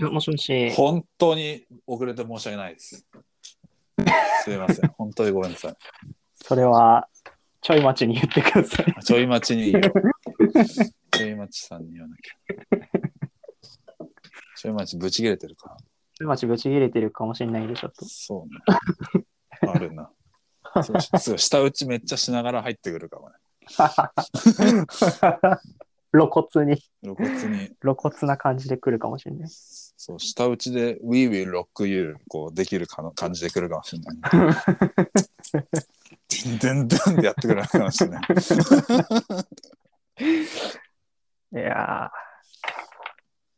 もしもし。本当に遅れて申し訳ないです。すいません。本当にごめんなさい。それは、ちょい待ちに言ってください。 ちょい待ちに言おう。ちょい待ちさんに言わなきゃ。ちょい待ちぶち切れてるかちょい待ちぶち切れてるかもしれないで、ちょっと ら。。そうね。あるな。そうすごい下打ちめっちゃしながら入ってくるかもね。露骨に、露骨に。露骨な感じで来るかもしれない。そう、下打ちで We will rock you こうできるかの感じでくるかもしれない。でんでんってやってくるかもしれない。いや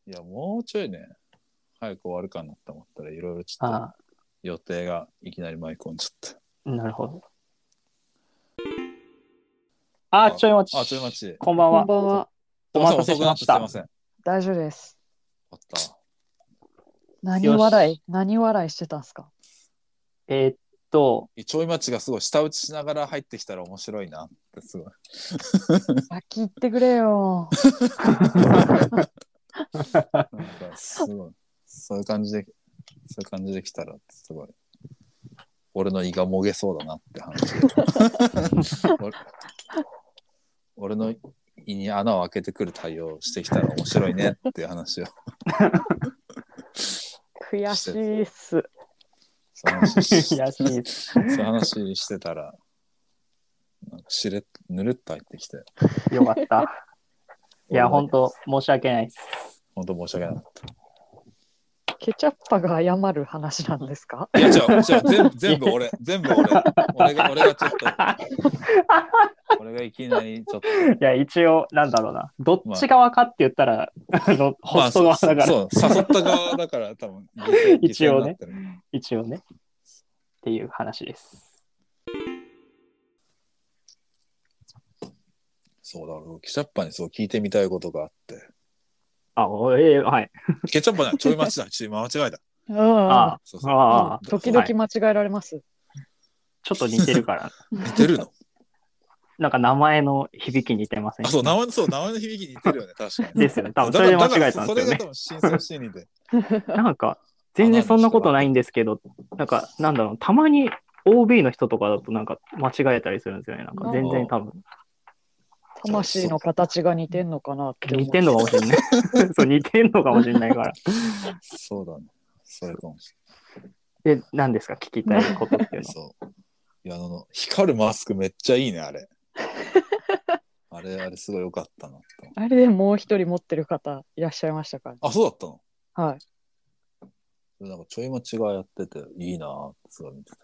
いや、もうちょいね、早く終わるかなと思ったら、いろいろちー、ょっとあ予定がいきなり舞い込んじゃっーなるほど。あー、ちょい待ち。た。あ、ちょい待ち。こんばんこはん。ばんは。お待たせ遅しくなまっしたすいません。終大丈夫です。わった。何笑い何笑いしてたんすかえーっ と、ちょい待ちがすごい、下打ちしながら入ってきたら面白いなって、すごい。先言ってくれよ。なんか、すごい。そういう感じで、そういう感じできたら、すごい。俺の胃がもげそうだなって 話。俺俺の胃に穴を開けてくる対応をしてきたら面白いねっていう話を、 悔しいっす。その話しいや、しいですそういう話してたら、なんかしれっぬるっと入ってきて、よか った。いや、本当申し訳ないです。本当申し訳ない。ケチャッパが謝る話なんですかいや、違う、違う、全部、全部俺、全部俺、俺が、俺がちょっと、俺がいきなりちょっと、いや、一応、なんだろうな。どっち側かって言ったら、あの、ホスト側だから、そう、そう誘った側だから、多分犠牲一応ね犠牲になってる一応ね。っていう話です。そうだろう、ケチャッパにそう聞いてみたいことがあって、あ、おえーはい。ケチャッパじゃない、ちょい待ちだ、ちょい間違えた。うん。あそうあ、そうああ、時々間違えられます。ちょっと似てる から。似てるのなんか名前の響き似てませんあ、そう、名前の、そう、名前の響き似てるよね、確かに。ですよね。多分そだかれでら間違えたんだからそですよれがね多。分、真相心理で。なんか、全然そんなことないんですけど、なんか、なんだろう、たまに OB の人とかだとなんか間違えたりするんですよね。なんか全然多分、魂の形が似てんのかなって思う似てんのかもしれ ない。そう、似てんのかもしれないから。そうだね。それかもしで、何ですか聞きたいことっていれうない。のは。そう。いや、あの、光るマスクめっちゃいいね、あ れ。あれ、あれ、すごい良かったなと思って。あれでもう一人持ってる方いらっしゃいましたから、あ、そうだったのはい。なんか、ちょい待ちがやってて、いいなーってすごい見てた。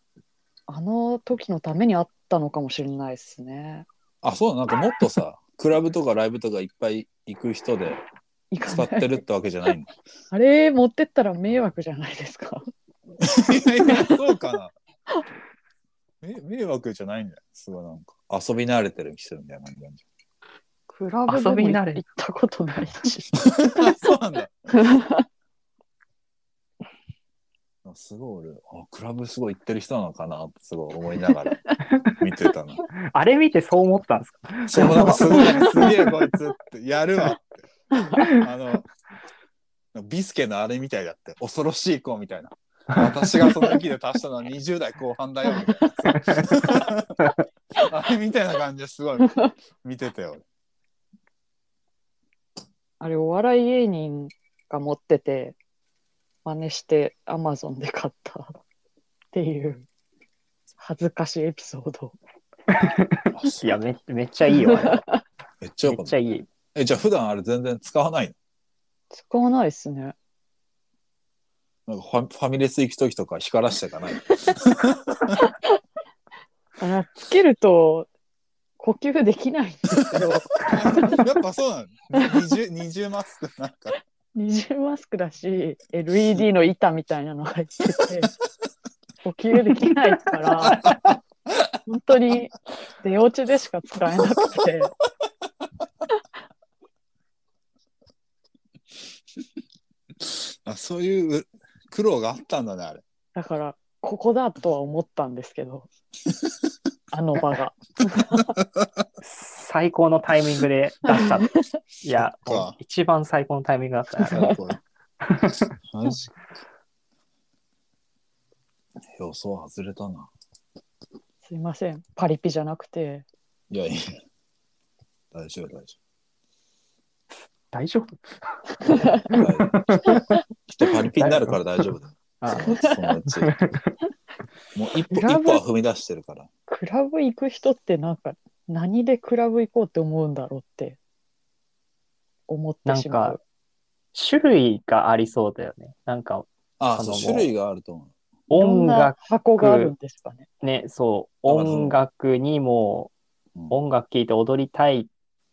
あの時のためにあったのかもしれないですね。あ、そうなのなんか、もっとさ、 クラブとかライブとかいっぱい行く人でいか使なっいてるってわけじゃな いの。あれ持ってったら迷惑じゃないですか。いやいや、そうかな。め迷惑じゃないんだよ。すごいなんか、遊び慣れてる人みたいな感じ。 クラブで遊もびに行なるったことない し。 あそうなんだ。すごい俺あクラブすごい行ってる人なのかなってすごい思いながら見てたの。あれ見てそう思ったんですかそうなんかすごいすげえこいつってやるわ って。あのビスケのあれみたいだって恐ろしい子みたいな。私がその域で達したのは20代後半 だよみたいな。あれみたいな感じですごい見てたよ。あれお笑い芸人が持ってて真似してアマゾンで買ったっていう恥ずかしいエピソード。いやめ、めっちゃいいよ。あれめっちゃめよかっっちたゃ。いい。えじゃあ普段あれ全然使わないの使わないですね。なんかファファミレス行く時とか光らして かないあのつけると呼吸できないんですけどやっぱそうなの二重二重マスクなんか二重マスクだし LED の板みたいなの入ってて呼吸できないから本当に出落ちでしか使えなくてあそういう苦労があったんだねあれだからここだとは思ったんですけどあの場が最高のタイミングで出しちゃった。いやそっか、 一番最高のタイミングだったねあれは最高マジか。予想外れたな。すいません。パリピじゃなくて、いやいや。大丈夫、大丈大丈夫夫大丈夫。きっとパリピになるから大丈夫 だ。 あそのうち。もう一 歩、一歩は踏み出してるから。クラブ行く人ってなんか、何でクラブ行こうって思うんだろうって、思ってしまなんう。種類がありそうだよね。なんか、あああ、のそう、もう種類があると思う。どん音な楽箱があるんですかね。ね、そう、だからその音楽にも、うん音楽聴いて踊りたいっ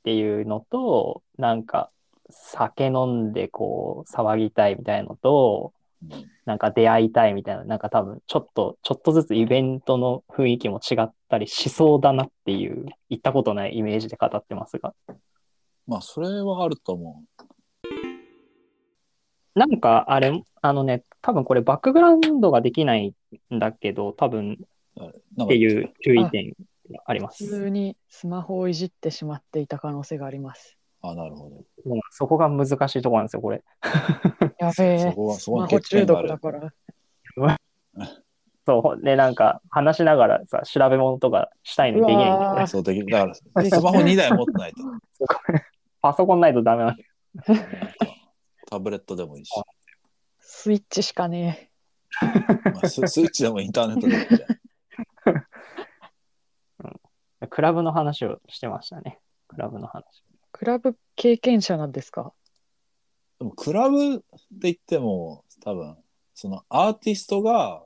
ていうのと、なんか、酒飲んでこう、騒ぎたいみたいのと、うんなんか出会いたいみたいな、なんか多分、ちょっと、ちょっとずつイベントの雰囲気も違ったりしそうだなっていう、行ったことないイメージで語ってますが。まあ、それはあると思う。なんか、あれ、あのね、多分これバックグラウンドができないんだけど、多分なっんてかいう注意点がありま普す。通にスマホをいじってしまっていた可能性があります。あ、なるほど。もうそこが難しいところなんですよ、これ。やべえそ、こは、そスこマはホ欠中点があ毒るだ。から。そう。で、なんか話しながらさ、調べ物とかしたいのにできないんだようねわそうできる。だから、スマホ2台持ってない と。そうこれパソコンないとダメなんだよタブレットでもいいし、スイッチしかねまあ、ススイッチでもインターネットでもいいじゃん。クラブの話をしてましたね。クラブの話。え。クラブ経験者なんですかでも、クラブって言っても、多分、そのアーティストが、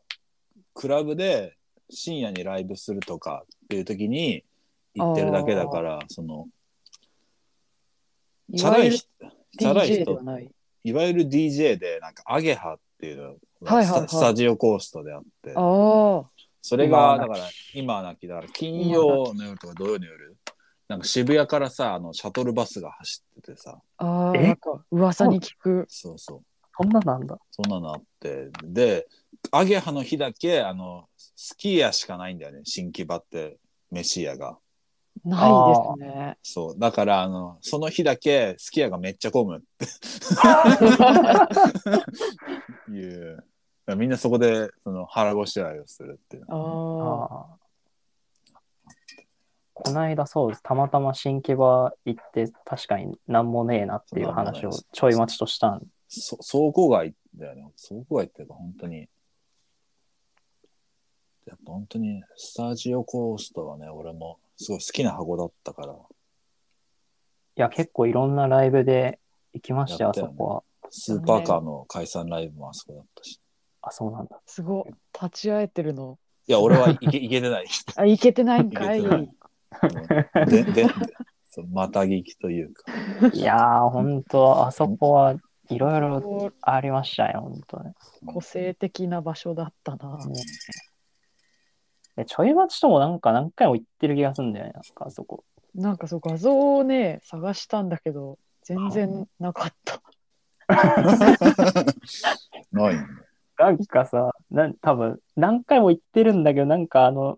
クラブで深夜にライブするとかっていう時に行ってるだけだから、その、いチャラわいゆる人、チャラい DJ では人、ない。いわゆる DJ で、なんか、アゲハっていうのがはいはいはいスタスタジオコーストであって、ああ、それが、今はなきだから、今はなき、だから、金曜の夜とか土曜の夜、なんか渋谷からさ、あの、シャトルバスが走っててさ、ああ、えなんか噂に聞く。そうそう、そんななんだ。そんなのあって、で、アゲハの日だけ、あの、スキー屋しかないんだよね、新木場って、飯屋が。ないですね。そう、だから、あの、その日だけ、スキー屋がめっちゃ混むっていう。だからみんなそこで、その、腹ごしらえをするっていう。ああ、ああこの間そうです。たまたま新木場行って、確かになんもねえなっていう話をちょい待ちとしたんそ倉庫街だよね。倉庫街っていうか、本当に。やっぱ本当に、スタジオコーストはね、俺も、すごい好きな箱だったから、いや、結構いろんなライブで行きましたよ、やあったそよねこは。スーパーカーの解散ライブもあそこだったし。あ、そうなんだ。 すごい。立ち会えてるの。いや、俺はいけいけてない。あ、いけてないんかいい。けてないで、で、でそうまた聞きというか。いやー、ほんと、あそこはいろいろありましたよ、ほんとね。個性的な場所だったな。でちょい待ちともなんか何回も行ってる気がするんだよね、なんかあそこ。なんかそう、画像をね、探したんだけど、全然なかった。ないねなんかさ、なん多分何回も行ってるんだけど、なんかあの、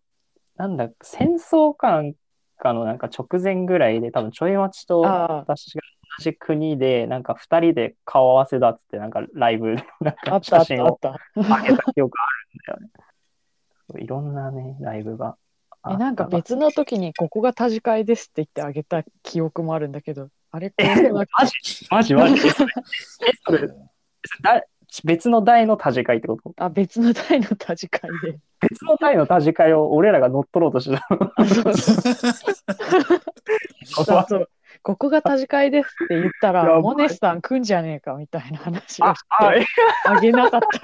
なんだ、戦争かなんかのなんか直前ぐらいで、多分ちょい待ちとあ私が同じ国で、なんか2人で顔合わせだっつって、なんかライブで、 なんあ、あかったあ写った真あっをた。あげた記憶あるんだよね。そういろんなね、ライブが。え、なんか別の時に、ここが多次会ですって言ってあげた記憶もあるんだけど、あれ、こう え なマジマジマジ え、それ、だ別の台の多次会ってことあ、別の台の多次会で。別の台の多次会を俺らが乗っ取ろうとしてたあそうのそうは。そう。ここが多次会ですって言ったやばら、いモネさん来んじゃねえかみたいな話をあし、あ、て、え、あげなかったっけ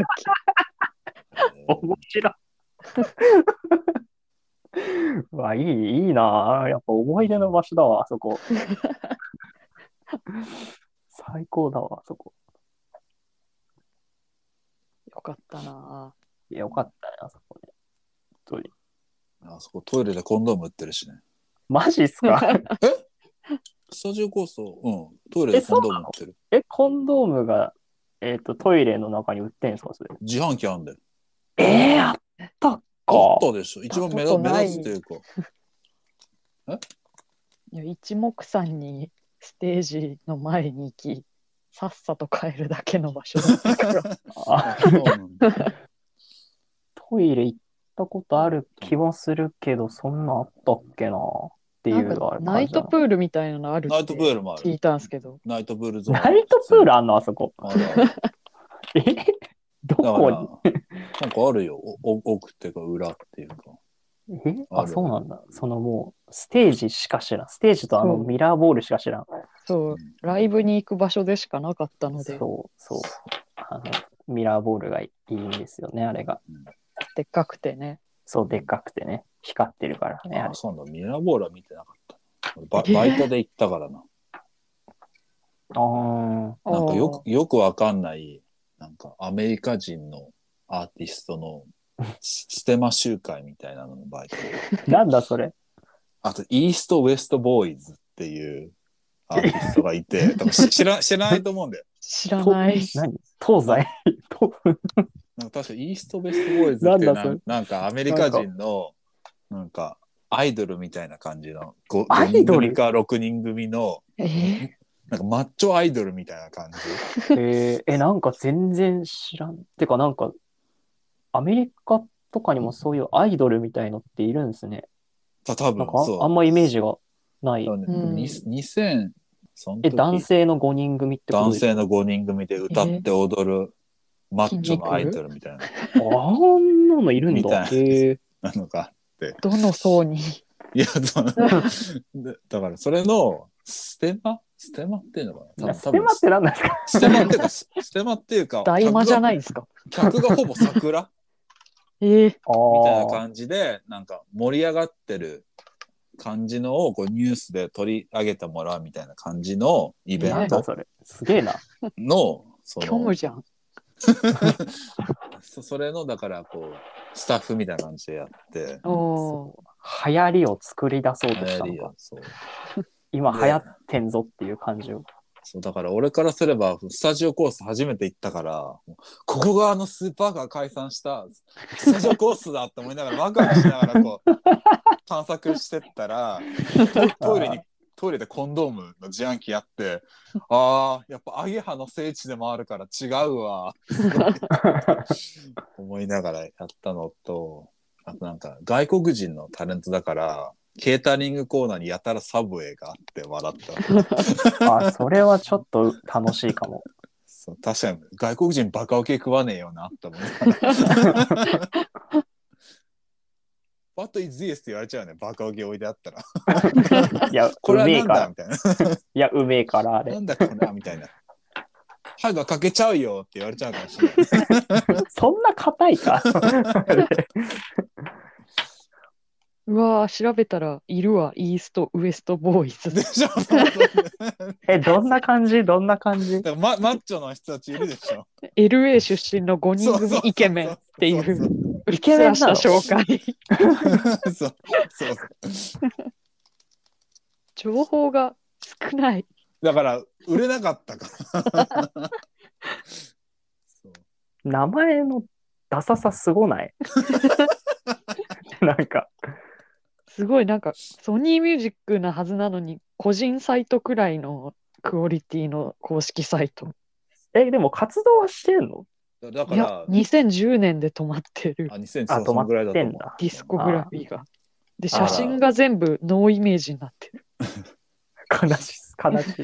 面白い。 うわ、いい、いいなあやっぱ思い出の場所だわ、あそこ。最高だわ、あそこ。よかったなぁいやよかったね、あそこね。本当にあそこトイレでコンドーム売ってるしね。マジっすかスタジオコースト、うん、トイレでコンドーム売ってる。え、コンドームが、えっ、と、トイレの中に売ってんすか、それ。自販機あんだよ。えー、あったっか。あったでしょ。一番目あ立ったこと目ない立つというか。いや一目散にステージの前に行き、さっさと帰るだけの場所だった から。あ、そうなんだトイレ行ったことある気もするけど、そんなあったっけなっていうなんのがあかるナイトプールみたいなのあるってナイトプールもあ聞る。いたんですけど、ナイトプールゾーン。ナイトプールあんのあそこ。あるあるえどだから、こなんにかあるよ。おお奥っていうか、裏っていうか。えああ、る、そうなんだ。そのもう、ステージしか知らん。ステージとあのそうミラーボールしか知らん。そううんライブに行く場所でしかなかったので、そう、そう。あの、ミラーボールがいいんですよね、あれが。でっかくてね。そう、でっかくてね。光ってるからね、ああれ。そうなんだ。ミラーボールは見てなかった。俺ババイトで行ったからな。あーなんかよあく、よくわかんない、なんかアメリカ人のアーティストのス ステマ集会みたいなののバイトで。なんだそれ。あと、イーストウエストボーイズっていうアーティストがい て、多分し知ら知らないと思うんだよ。ー 知らない。と何東 西となんか確かイーストウエストボーイズっていうなんなだんそれなんかアメリカ人の、なんか、アイドルみたいな感じの、5アイ人ドル組か6人組の、えーなんかマッチョアイドルみたいな感じ。えーえ、なんか全然知らん。てか、なんか、アメリカとかにもそういうアイドルみたいのっているんですね。た多な分んかそう。あ、あんまイメージがない多。分ねうんに2000、その時え、男性の5人組ってこと男です性の5人組で歌って踊るマッチョのアイドルみたいあんなのいるんみたいだ。なへえ。なのが、どの層にいや、そのでだからそれのステマステマっていうのかなステマって何なんですかステマっていうか、スステマっていうか、大魔じゃないで客すか。が客がほぼ桜えあー、みたいなー感じで、なんか盛り上がってる感じのをこうニュースで取り上げてもらうみたいな感じのイベなんンだトそれ。すげえな。の、そ虚無のじゃん。そそれの、だからこう、スタッフみたいな感じでやって、おー流行りを作り出そうとしたの流行りかを。そう。今流行ってんぞっていう感じを。そう、だから俺からすれば、スタジオコース初めて行ったから、もうここがあのスーパーカー解散した、スタジオコースだって思いながら、ワクワクしながらこう、探索してったら、トイレに、トイレでコンドームの自販機やって、あー、やっぱアゲハの聖地でもあるから違うわ、思いながらやったのと、あとなんか外国人のタレントだから、ケータリングコーナーにやたらサブウェイがあって笑った。あ、それはちょっと楽しいかも。そう確かに外国人バカウケ食わねえよなって思う。What is this? って言われちゃうね。バカウケ置いてあったら。いや、 こうれはめえなんかだら。みたいな。いや、うめえから、あれな。んだこれはみたいな。歯が欠けちゃうよって言われちゃうかもしれない。そんな硬いか。 うわー調べたらいるわイーストウエストボーイズでしょそうそうえ、どんな感じどんな感じだからママッチョの人たちいるでしょ。 LA 出身の5人そうそうそう組イケメンっていそううイケメンなのふっくらした紹介そうそうそう情報が少ないだから売れなかったから。そう名前のダサさすごない なんか、すごいなんかソニーミュージックなはずなのに個人サイトくらいのクオリティの公式サイトえ、でも活動はしてんのだかいやら、 2010年で止まってるあ2000あ、止そまのっぐらいだとて思んう。だ。ディスコグラフィーがであー写真が全部ノーイメージになってる悲しい、悲しい。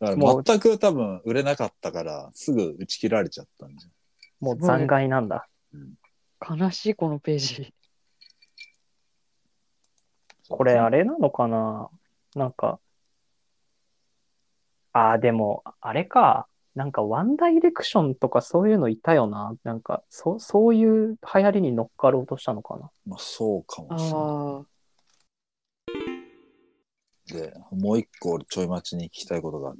だかもらう全く多分売れなかったから、すぐ打ち切られちゃったんじ もう残骸なんだ。悲しいこのページゃん。これあれれなのかななんか。ああ、でも、あれか。なんかワンダイレクションとかそういうのいたよな。なんか、そそういう流行りに乗っかろうとしたのかな。まあそうかもああしれない。で、もう一個俺ちょい待ちに聞きたいことがあっ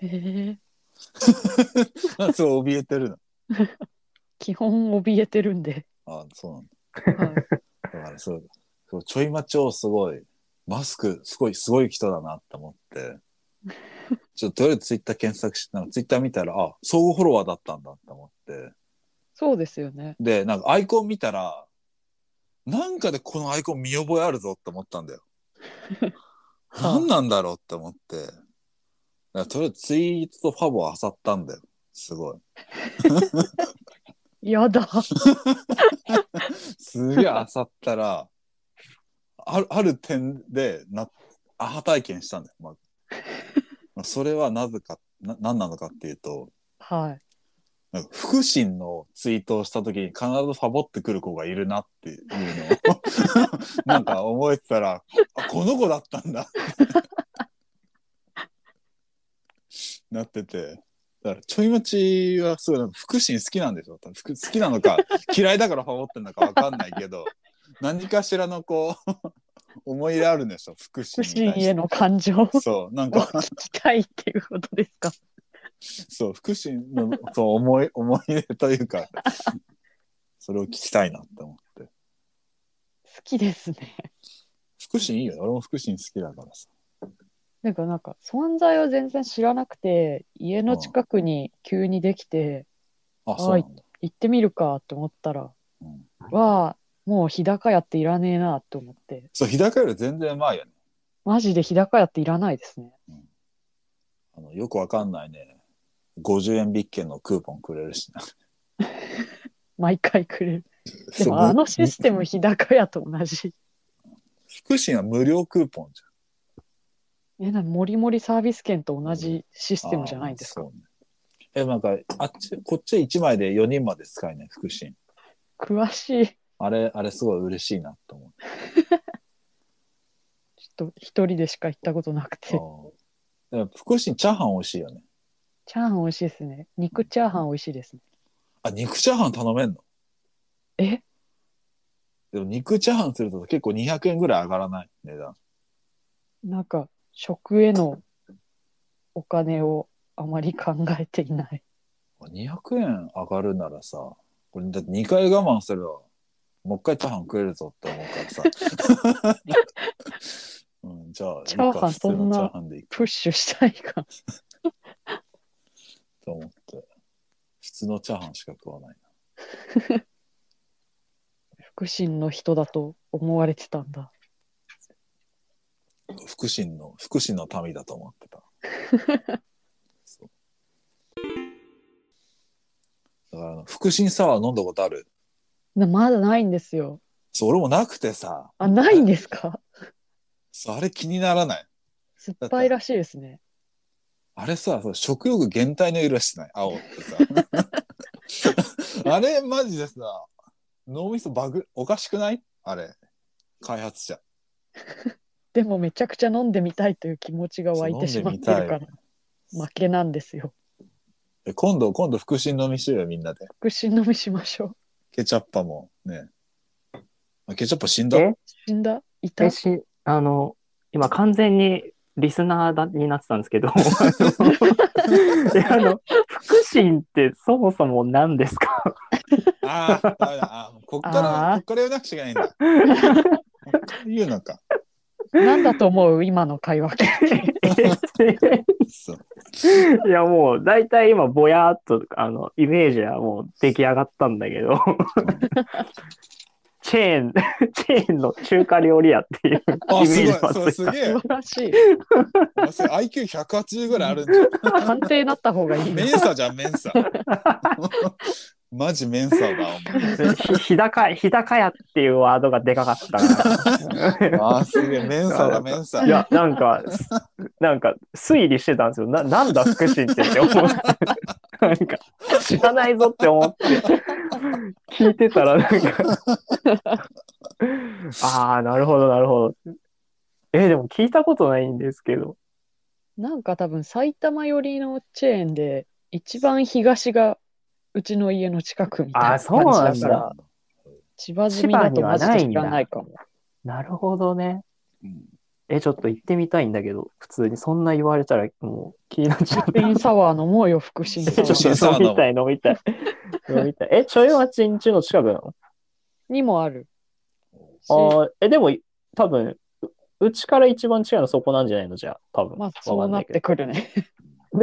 へえて。 そう、怯えてるの。基本怯えてるんで、あそうなんだ。はいだからそう、そうちょい待ちをすごい、マスク、すごい、すごい人だなって思って。ちょっととりあえずツイッター検索し、なんかツイッター見たら、あ、相互フォロワーだったんだって思って。そうですよねで、なんかアイコン見たら、なんかでこのアイコン見覚えあるぞって思ったんだよ。何なんだろうって思って。からとりあえずツイートとファボを漁ったんだよ。すごい。やだ。すげえ漁ったら、 ある、ある点で、な、アハ体験したんだよ。まずまあ、それはなぜか、な、何なのかっていうと、はい。 なんか、福神のツイートをした時に必ずファボってくる子がいるなっていう のを、なんか思えてたら、あ、この子だった んだって。なってて。だから、ちょい待ちはすごい、なんか福神好きなんでしょ多分福好きなのか、嫌いだからファボってんのかわかんないけど、何かしらのこう、 思い入れあるんでしょ福不神に審対へして。の感情をそう、なんか、聞きたいっていうことですか。そう、福祉の、 そう、思い、思い入れという か、それを聞きたいなって思って。好きですね。福祉いいよね。俺も福祉好きだからさ。なんか、なんか、存在を全然知らなくて、家の近くに急にできて、あ、そうなんだ。行ってみるかと思ったら、うんわあ、もう日高屋っていらねえなと思って、そう、日高より全然前よね。マジで日高屋っていらないですね。あの、よくわかんないね。50円ビッケンのクーポンくれるしな。毎回くれる。 でそうも、あのシステム日高屋と同じ。福祉は無料クーポンじえ、な、もりもりサービス券と同うじシゃん。ステムじゃないんですあかー。。そうねえ、なんか、あっち、こっち1枚で4人まで使えない、福祉。詳しい。ちあれ、あれすごい嬉しいなと思ってょっと一人でしか行ったことなく て。。あーでも福祉チャーハン美味しいよね。チャーハン美味しいですね。肉チャーハン美味しいですね。あ、肉チャーハン頼めんのえでも肉チャーハンすると結構200円ぐらい上がらない値段。なんか、食へのお金をあまり考えていない。 200円上がるならさ、これだって2回我慢すれば、もう一回チャーハン食えるぞって思うからさ。 うん、じゃあ、チャーハンいいか普通のチャーハンでいくプッシュしたいか。と思って。普通のチャーハンしか食わない。腹心の人だと思われてたんだ。福神の、福神の民だと思ってた。 そうだからあの、福神サワー飲んだことあるなまだないんですよ。そう、俺もなくてさ、あ、ないんですかそうあれ気にならない。酸っぱいらしいですね。あれさ、そう食欲減退の色してない青ってさ。 あれマジでさ、脳みそバグ、おかしくないあれ、開発者。でもめちゃくちゃ飲んでみたいという気持ちが湧いてしまってるから、負けなんですよ。え今度、今度、腹心飲みしようよ、みんなで。腹心飲みしましょう。ケチャッパもね。あケチャッパ死んだえ死んだいたえしあの、今完全にリスナーだになってたんですけど、あのえあの、福神ってそもそも何ですか ああ、ダメだあーこっから、あーこっから言わなくちゃいけないんだ。こっから言うのか。なんだと思う今の会話。 そう。いやもう大体今ぼやーっとあのイメージはもう出来上がったんだけどチェーンチェーンの中華料理屋っていうあ、すイメごーいジもあ。ってそう、すげえ素。晴らしい。あそれ IQ180 ぐらいあるんじゃん。鑑定になった方がいいなメンサじゃん、メンサ。マジメンサだ、ひ日高日高屋っていうワードがでかかったお前。なあーすげえ、メンサだ、メンサい。やなんかなんか推理してたんですよななんだ福神ってって 思うなんか知らないぞって思って聞いてたらなんかああなるほどなるほどえでも聞いたことないんですけどなんか多分埼玉寄りのチェーンで一番東がうちの家の近くみたいあなーそうな感んじだだから千葉住みだとマジで知らないかも。なるほどねうんえちょっと行ってみたいんだけど普通にそんな言われたらもう気になっちゃうペンサワー飲もうよ福神 ちょっとサワ ー新鮮。飲みたい飲みたい飲みたいえちょい町んちの近くなのにもあるしああ、え、でも、多分、ううちから一番近いのそこなんじゃないのじゃあ、多分。まあそわかうんななっいけてくるね。ど。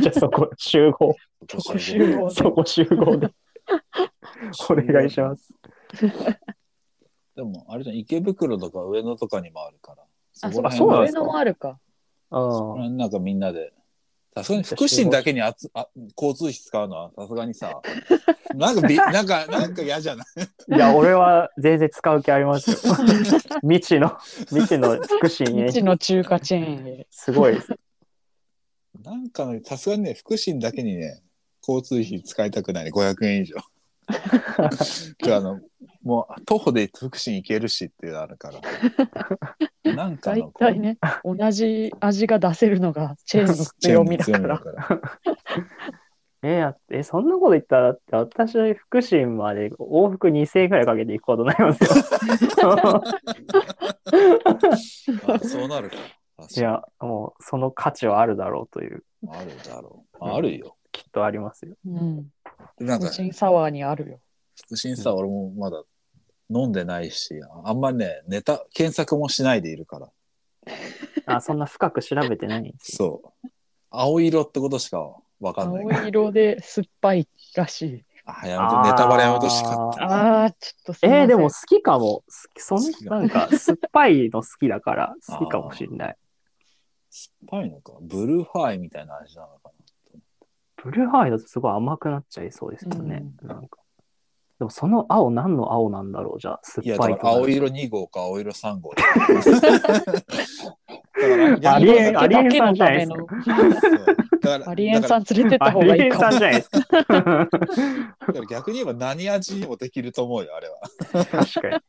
じゃあそこ集合。そこ集合そこ集合で。お願いしますす。でも、あれじゃん、池袋とか上野とかにもあるから。あそうなん上ですか野もあるか。あそこら辺なんかみんなでさすがに福神だけにあつあ交通費使うのはさすがにさ、なんかび、なんか、なんか嫌じゃないいや、俺は全然使う気ありますよ。未知の、未知の福祉うちに、の中華チェーンへ。すごいです。なんかね、さすがにね、福神だけにね、交通費使いたくないね、500円以 上。じゃあ、あの、もう徒歩で福神行けるしっていうのあるから。なんかの大こう体ね、同じ味が出せるのがチェーンの強みだチェかーンのら。強みだえやえ、そんなこと言ったら、だって私、福祉まで往復2000円くらいかけて行くことになりますよ。からあそうなるか。あいや、もう、その価値はあるだろうという、そうあるだろう。あるよ。きっとありますよ。うん。なんか個、人サワーにあるよ。不審さ、俺もまだ飲んでないし、あんまね、ネタ、検索もしないでいるから。あ、そんな深く調べてないんですよ。そう。青色ってことしかわかんない青から。色で酸っぱいらしい。あやめて、ネタバレやめてほしかった。 ああ、ちょっとすいませんえーでも好きかも。好好ききそんだなんか、酸っぱいの好きだ から、好きかもしんない。酸っぱいのか。ブルーファイみたいな味なのかブルーハワイだとすごい甘くなっちゃいそうですよね。うんなんかでもその青何の青なんだろうじゃあ酸な。いや、っだぱかいとらなる青色2号か青色3号 だから。だからありえん だけのためありえんさんじゃないですのかそうだからアリエだンかさん連れてったあ方がいリいエかさんも。じゃないですか。らだから逆に言えば何味にもできると思うよ、あれは。確かに。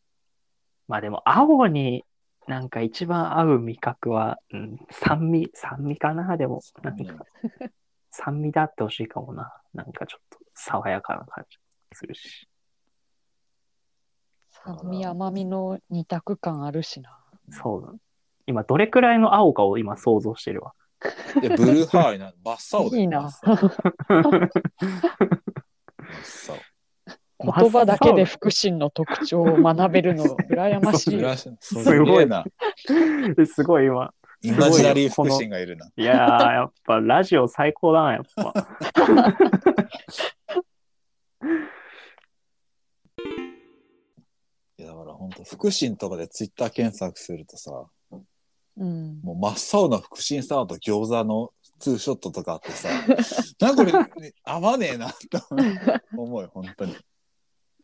まあでも青になんか一番合う味覚は、うん、酸味、酸味かなでも、なんか酸味であってほしいかもな。なんかちょっと爽やかな感じするし。酸味甘みの二択感あるしな。そうだ。今どれくらいの青かを今想像してるわ。 いやブルーハワイなの。真っ青だよ。いいな真っ青。真っ青言葉だけで福神の特徴を学べるの羨ましい。羨まうしいすごいすげえな。すごい今。イマジナリー福神がいるな。いや ー、やっぱラジオ最高だな、やっぱ。いやだから本当福神とかでツイッター検索するとさ、ん。もう真っ青な福神サワーと餃子のツーショットとかあって さ、なんかこれ、合わねえなって思うよ、本当に。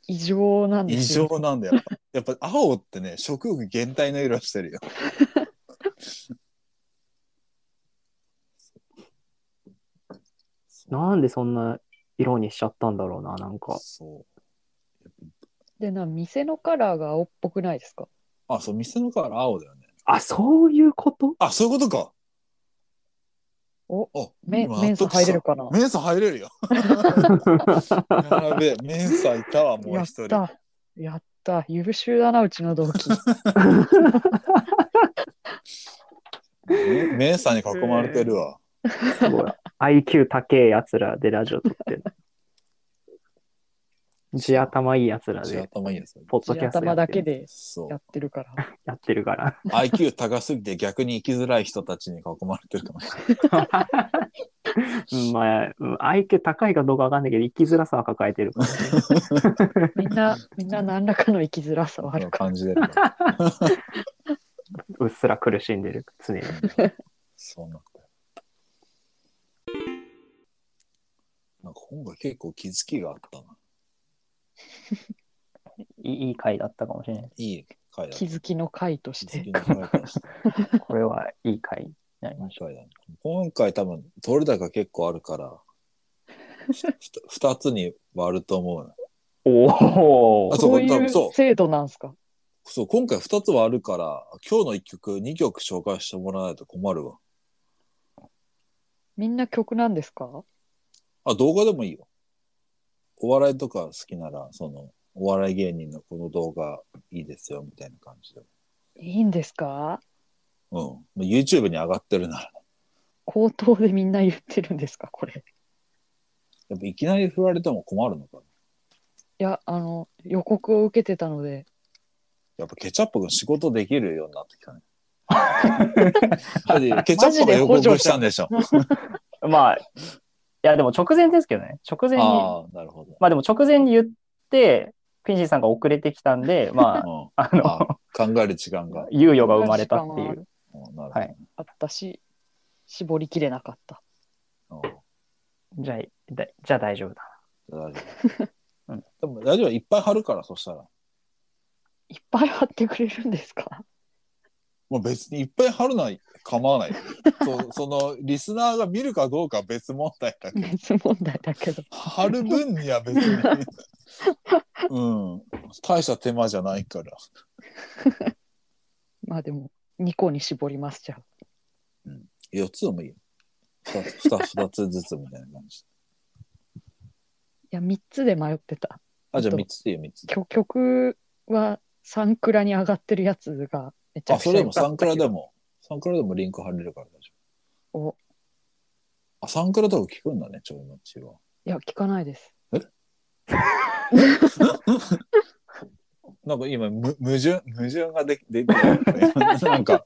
異常なんで異す常よ。なんだよ。やっぱ青ってね、食欲減退の色してるよ。なんでそんな色にしちゃったんだろうな、なんか。そう。でな、店のカラーが青っぽくないですかあ、そう、店のカラー青だよね。あ、そういうこと あ、そういうことか。おお、メ今メンス入れるかなメンサ入れるよ。やべえ、メンサいたわ、もうやっ一人。た。やった。優秀だな、うちの 同期。メンメンサに囲まれてるわ。すごい。IQ 高えやつらでラジオ撮ってる。 地頭いいやつら地で、頭いいやつ。ポッドキャストや頭っだてけるでそうや。ってるから。やってるから。 IQ 高すぎて逆に生きづらい人たちに囲まれてるかもしれない。うんまあ、うん IQ 高いかどうかわかんないけど、生きづらさは抱えてるからね。みんな、みんな何らかの生きづらさはこあの るから。感じでるね。うっすら苦しんでる、常に。そうなんだよ。なんか本が結構気づきがあったな。いいいい回だったかもしれない。いい回だった。気づきの回とし気づてき。の回だした。これはいい回になりま今し回だね今回多分、取れ高結構あるから、2つに割ると思う な。た。 おおあ。そうそうい多分うそう制度なんですかそう、今回2つ割るから、今日の1曲、2曲紹介してもらわないと困るわ。みんな曲なんですかあ、動画でもいいよ。お笑いとか好きなら、その、お笑い芸人のこの動画いいですよ、みたいな感じで。いいんですかうん。まあ YouTube に上がってるなら。口頭でみんな言ってるんですかこれ。やっぱいきなり振られても困るのかな。いや、あの、予告を受けてたので、やっぱケチャップが仕事できるようになってきた ね。だってケチャップが予告したんでしょ。まあ、いや、でも直前ですけどね。直前に、ああ、なるほど。まあでも直前に言って、ピンシーさんが遅れてきたんで、まう あ、あん、あの、考える時間が。猶予が生まれたっていう。うんなるほどはいあったし、絞りきれなかった。うんじゃあ、だじゃあ大丈夫だ。大丈う夫ん。でも大丈夫。いっぱい貼るから、そしたら。いっぱい貼ってくれるんです かもう別にいっぱい貼るのは構 わない。そその、リスナーが見るかどうかは別問題だけど、熱問題だけど。貼る分には別に。 うん。大した手間じゃないから。まあでも、2個に絞ります、じゃあ。 4つでもいいよ。2つ、二つずつみたいな感 じ。いや、3つで迷ってた。あ、じゃあ3つでいいよ、3つ。曲曲はサンクラに上がってるやつがめちゃあ、くちゃそれで良もかったけどサンクラでも、サンクラでもリンク貼れるから大丈夫。おあ、サンクラとか聞くんだね、ちょいのちは。いや、聞かないです。なんか今、む矛盾、矛盾ができ出てる、 なんか、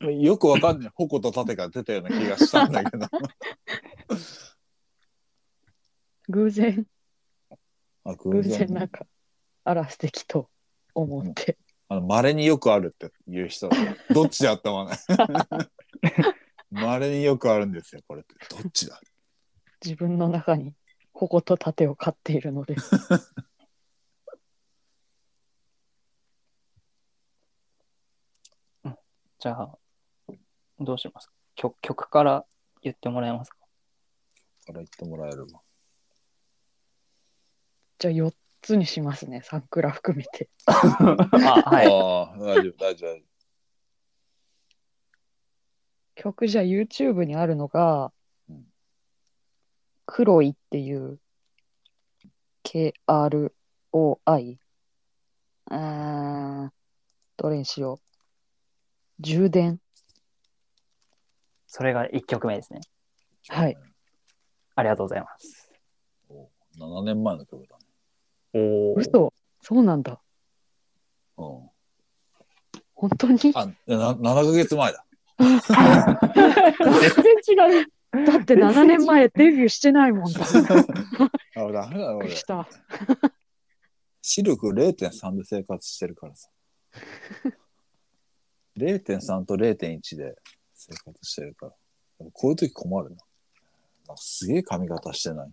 よくわかんない。矛と盾が出たような気がしたんだ けど。偶然、あ、偶偶然然なんね。か、あら素敵と思って。あの、稀によくあるって言う人、どっちだったま ない。稀によくあるんですよ、これって。どっちだ自分の中に矛と盾を飼っている のでじゃあ、どうしますか曲曲から言ってもらえますかから言ってもらえれば。じゃあ4つにしますねサンクラ含めてあ、はい。ああ、大丈夫、大丈夫、大丈曲じゃあ YouTube にあるのがうん「黒い」っていう KROI あーどれにしよう充電それが1曲目ですね。夫。はい。ありがとうございます。 7年前の曲だね。おお。嘘そうなんだうん。本当にあ、な7ヶ月前だ。全然違うだって7年 前デビューしてないもんだびっあ、ダメだな、く俺り。した視力0.3で生活してるからさ。0.3と0.1で生活してるから。でもこういう時困るな。なんかすげえ髪型してない。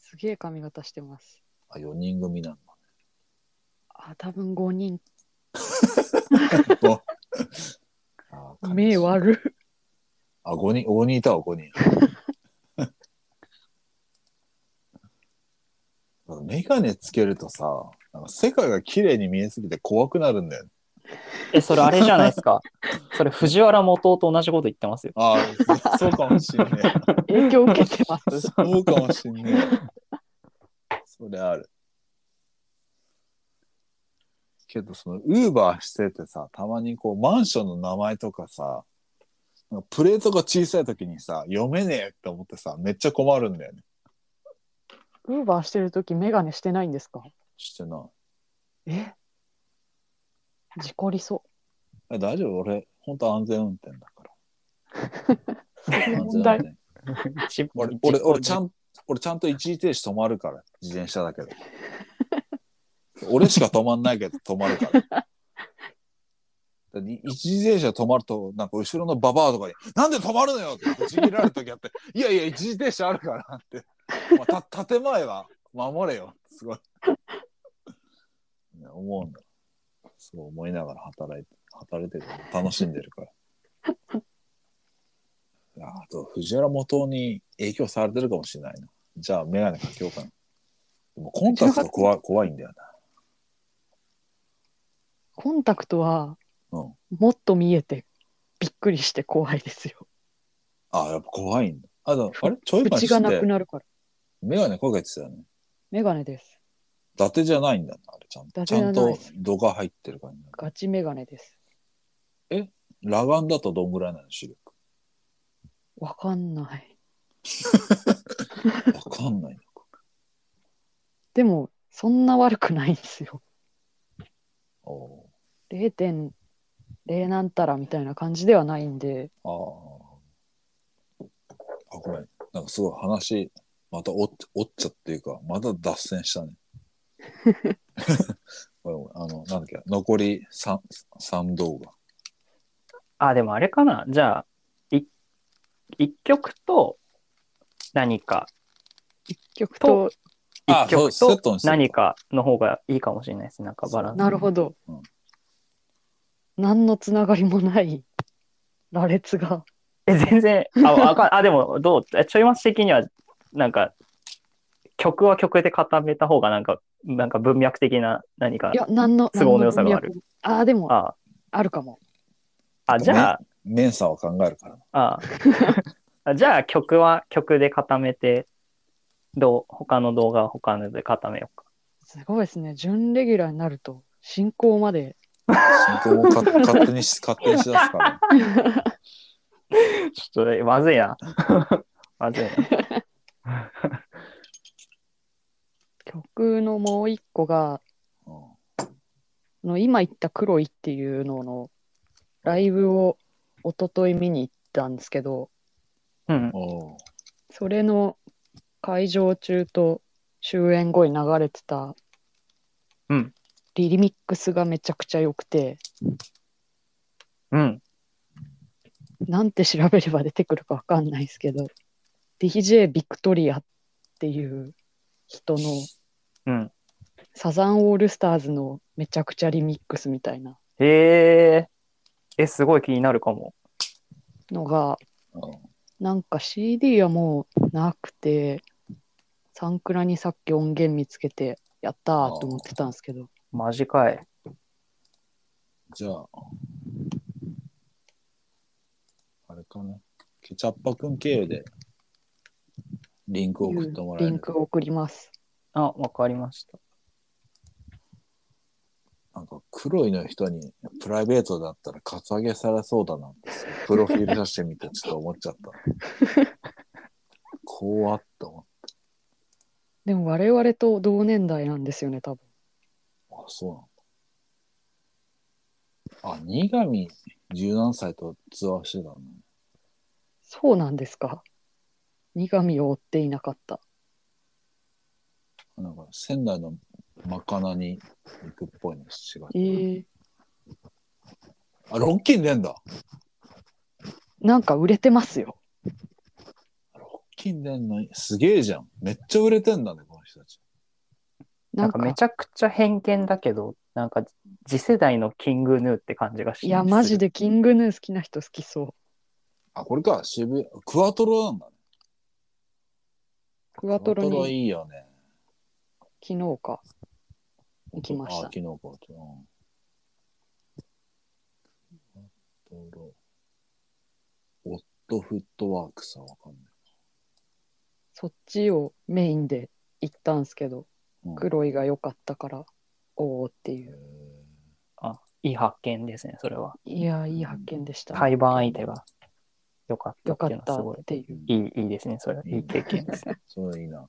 すげえ髪型してますあ、4人組なんあ、多分5人。だ。おあー目悪あ、5人、5人いたわ、5人。 なんかメガネつけるとさ、なんか世界が綺麗に見えすぎて怖くなるんだよね。え、それあれじゃないです か。それ藤原元と同じこと言ってますよ。ああ、そうかもしんねい。影響受けて ます。え。そうかもしんねえ。それある。けど、その、ウーバーしててさ、たまにこう、マンションの名前とかさ、なんかプレートが小さい時にさ、読めねえって思ってさ、めっちゃ困るんだよね。ウーバーしてるときメガネしてないんですかしてない。え事故りそえ大丈夫俺、ほんと安全運転だから。う。そういう安全問運題。転。俺、俺、俺、ちゃん、俺ちゃんと一時停止止まるから、自転車だけど。 俺しか止まんないけど、止まるから。だってい一時停止止まると、なんか後ろのババアとかに、なんで止まるのよってぶち切られる時あって、いやいや、一時停止あるからって、まあた建前は守れよ。すごい。いや思うんだ。そう思いながら働いて、働いてるから楽しんでるから。いやあと、藤原元に影響されてるかもしれないな。じゃあ、メガネかけようかな。でも、コンタクト怖い怖いんだよな。コンタクトはうん。もっと見えてびっくりして怖いですよ。あやっぱ怖いんだ。あ、でもあれちょい話口がっなくて、なるから。メガネかけてたよね。メガネです。伊達じゃないんだな、あれ。ちゃんと、伊ち達じゃゃんないとです度が入ってる感じ。ガチメガネです。裸眼だとどんぐらいなの視力。わかんない。わか んないのか。でも、そんな悪くないんですよ。お0.0なんたらみたいな感じではないんで、ああ。あ、ごめん。なんかすごい話、また折っ折っちゃっていうか、また脱線したね。ごめんごめんあの、なんだっけ、残り3、三動画。あ、でもあれかな。じゃあ、い一曲と何か、曲と、あ一曲そうセットとにする何かの方がいいかもしれないです。なんかバランス。なるほどうん。何のつながりもない羅列が。え、全然、あ、わかん、あ、でも、どう、えちょいます的には、なんか、曲は曲で固めた方が、なんか、なんか文脈的な何かい、や、何の。都合の良さがある何の文脈も。ああ、でも、あ、あるかも。あ、じゃあ、年差を考えるからな。ああじゃあ曲は曲で固めて、どう他の動画は他ので固めようか。すごいですね。準レギュラーになると、進行まで。進行をか勝手にし、勝手にしだすから。ちょっとえまずいな。 まずいな。曲のもう一個が、うんあの今言った黒いっていうののライブを一昨日見に行ったんですけど、うん。おうそれの会場中と終演後に流れてた、うんリリミックスがめちゃくちゃ良くて、うん。なんて調べれば出てくるかわかんないですけど、DJ ビクトリアっていう人のうん。サザンオールスターズのめちゃくちゃリミックスみたいなへえ。え、すごい気になるかも。のが、うんなんか CD はもうなくて、サンクラにさっき音源見つけて、やったーと思ってたんですけど、マジかい。じゃあ、あれかな。ケチャッパくん経由で、リンクを送ってもらえリンる。ク送ります。あ、わかりました。なんか、黒いの人に、プライベートだったら、カツアゲされそうだなって、プロフィール写真見て、ちょっと思っちゃった。 怖っと思っでも我々と同年代なんですよね、多分。た。あ、そうなんだ。あ、新上17歳とツアーしてたの、ね。そうなんですか。苦味を追っていなかった。なんか、仙台のまかなに行くっぽいの、違えう。ー、あ、ロッキン出んだ。なんか売れてますよ。ロッキン出んのすげえじゃん。めっちゃ売れてんだね、この人たち。ななんんかか、めちゃくちゃ偏見だけど、なんか次世代のキングヌーって感じがして。いや、マジで。でキングヌー好きな人好きそう。あ、これか、渋い。クワトロなんだね。クワトロクワトロにいいよね。昨日か行きましあ、た昨。日か。うんクワトロ。オットフットワークさ、わかんない。そっちをメインで行ったんすけど、うん黒いが良かったから、おおっていへう。ーあ、いい発見ですね、それは。いや、いい発見でした。対バン相手が良かった良ってかいうのっはたすっごい。ていう。いい、いいですね、それは。いい経験ですね。そういいな。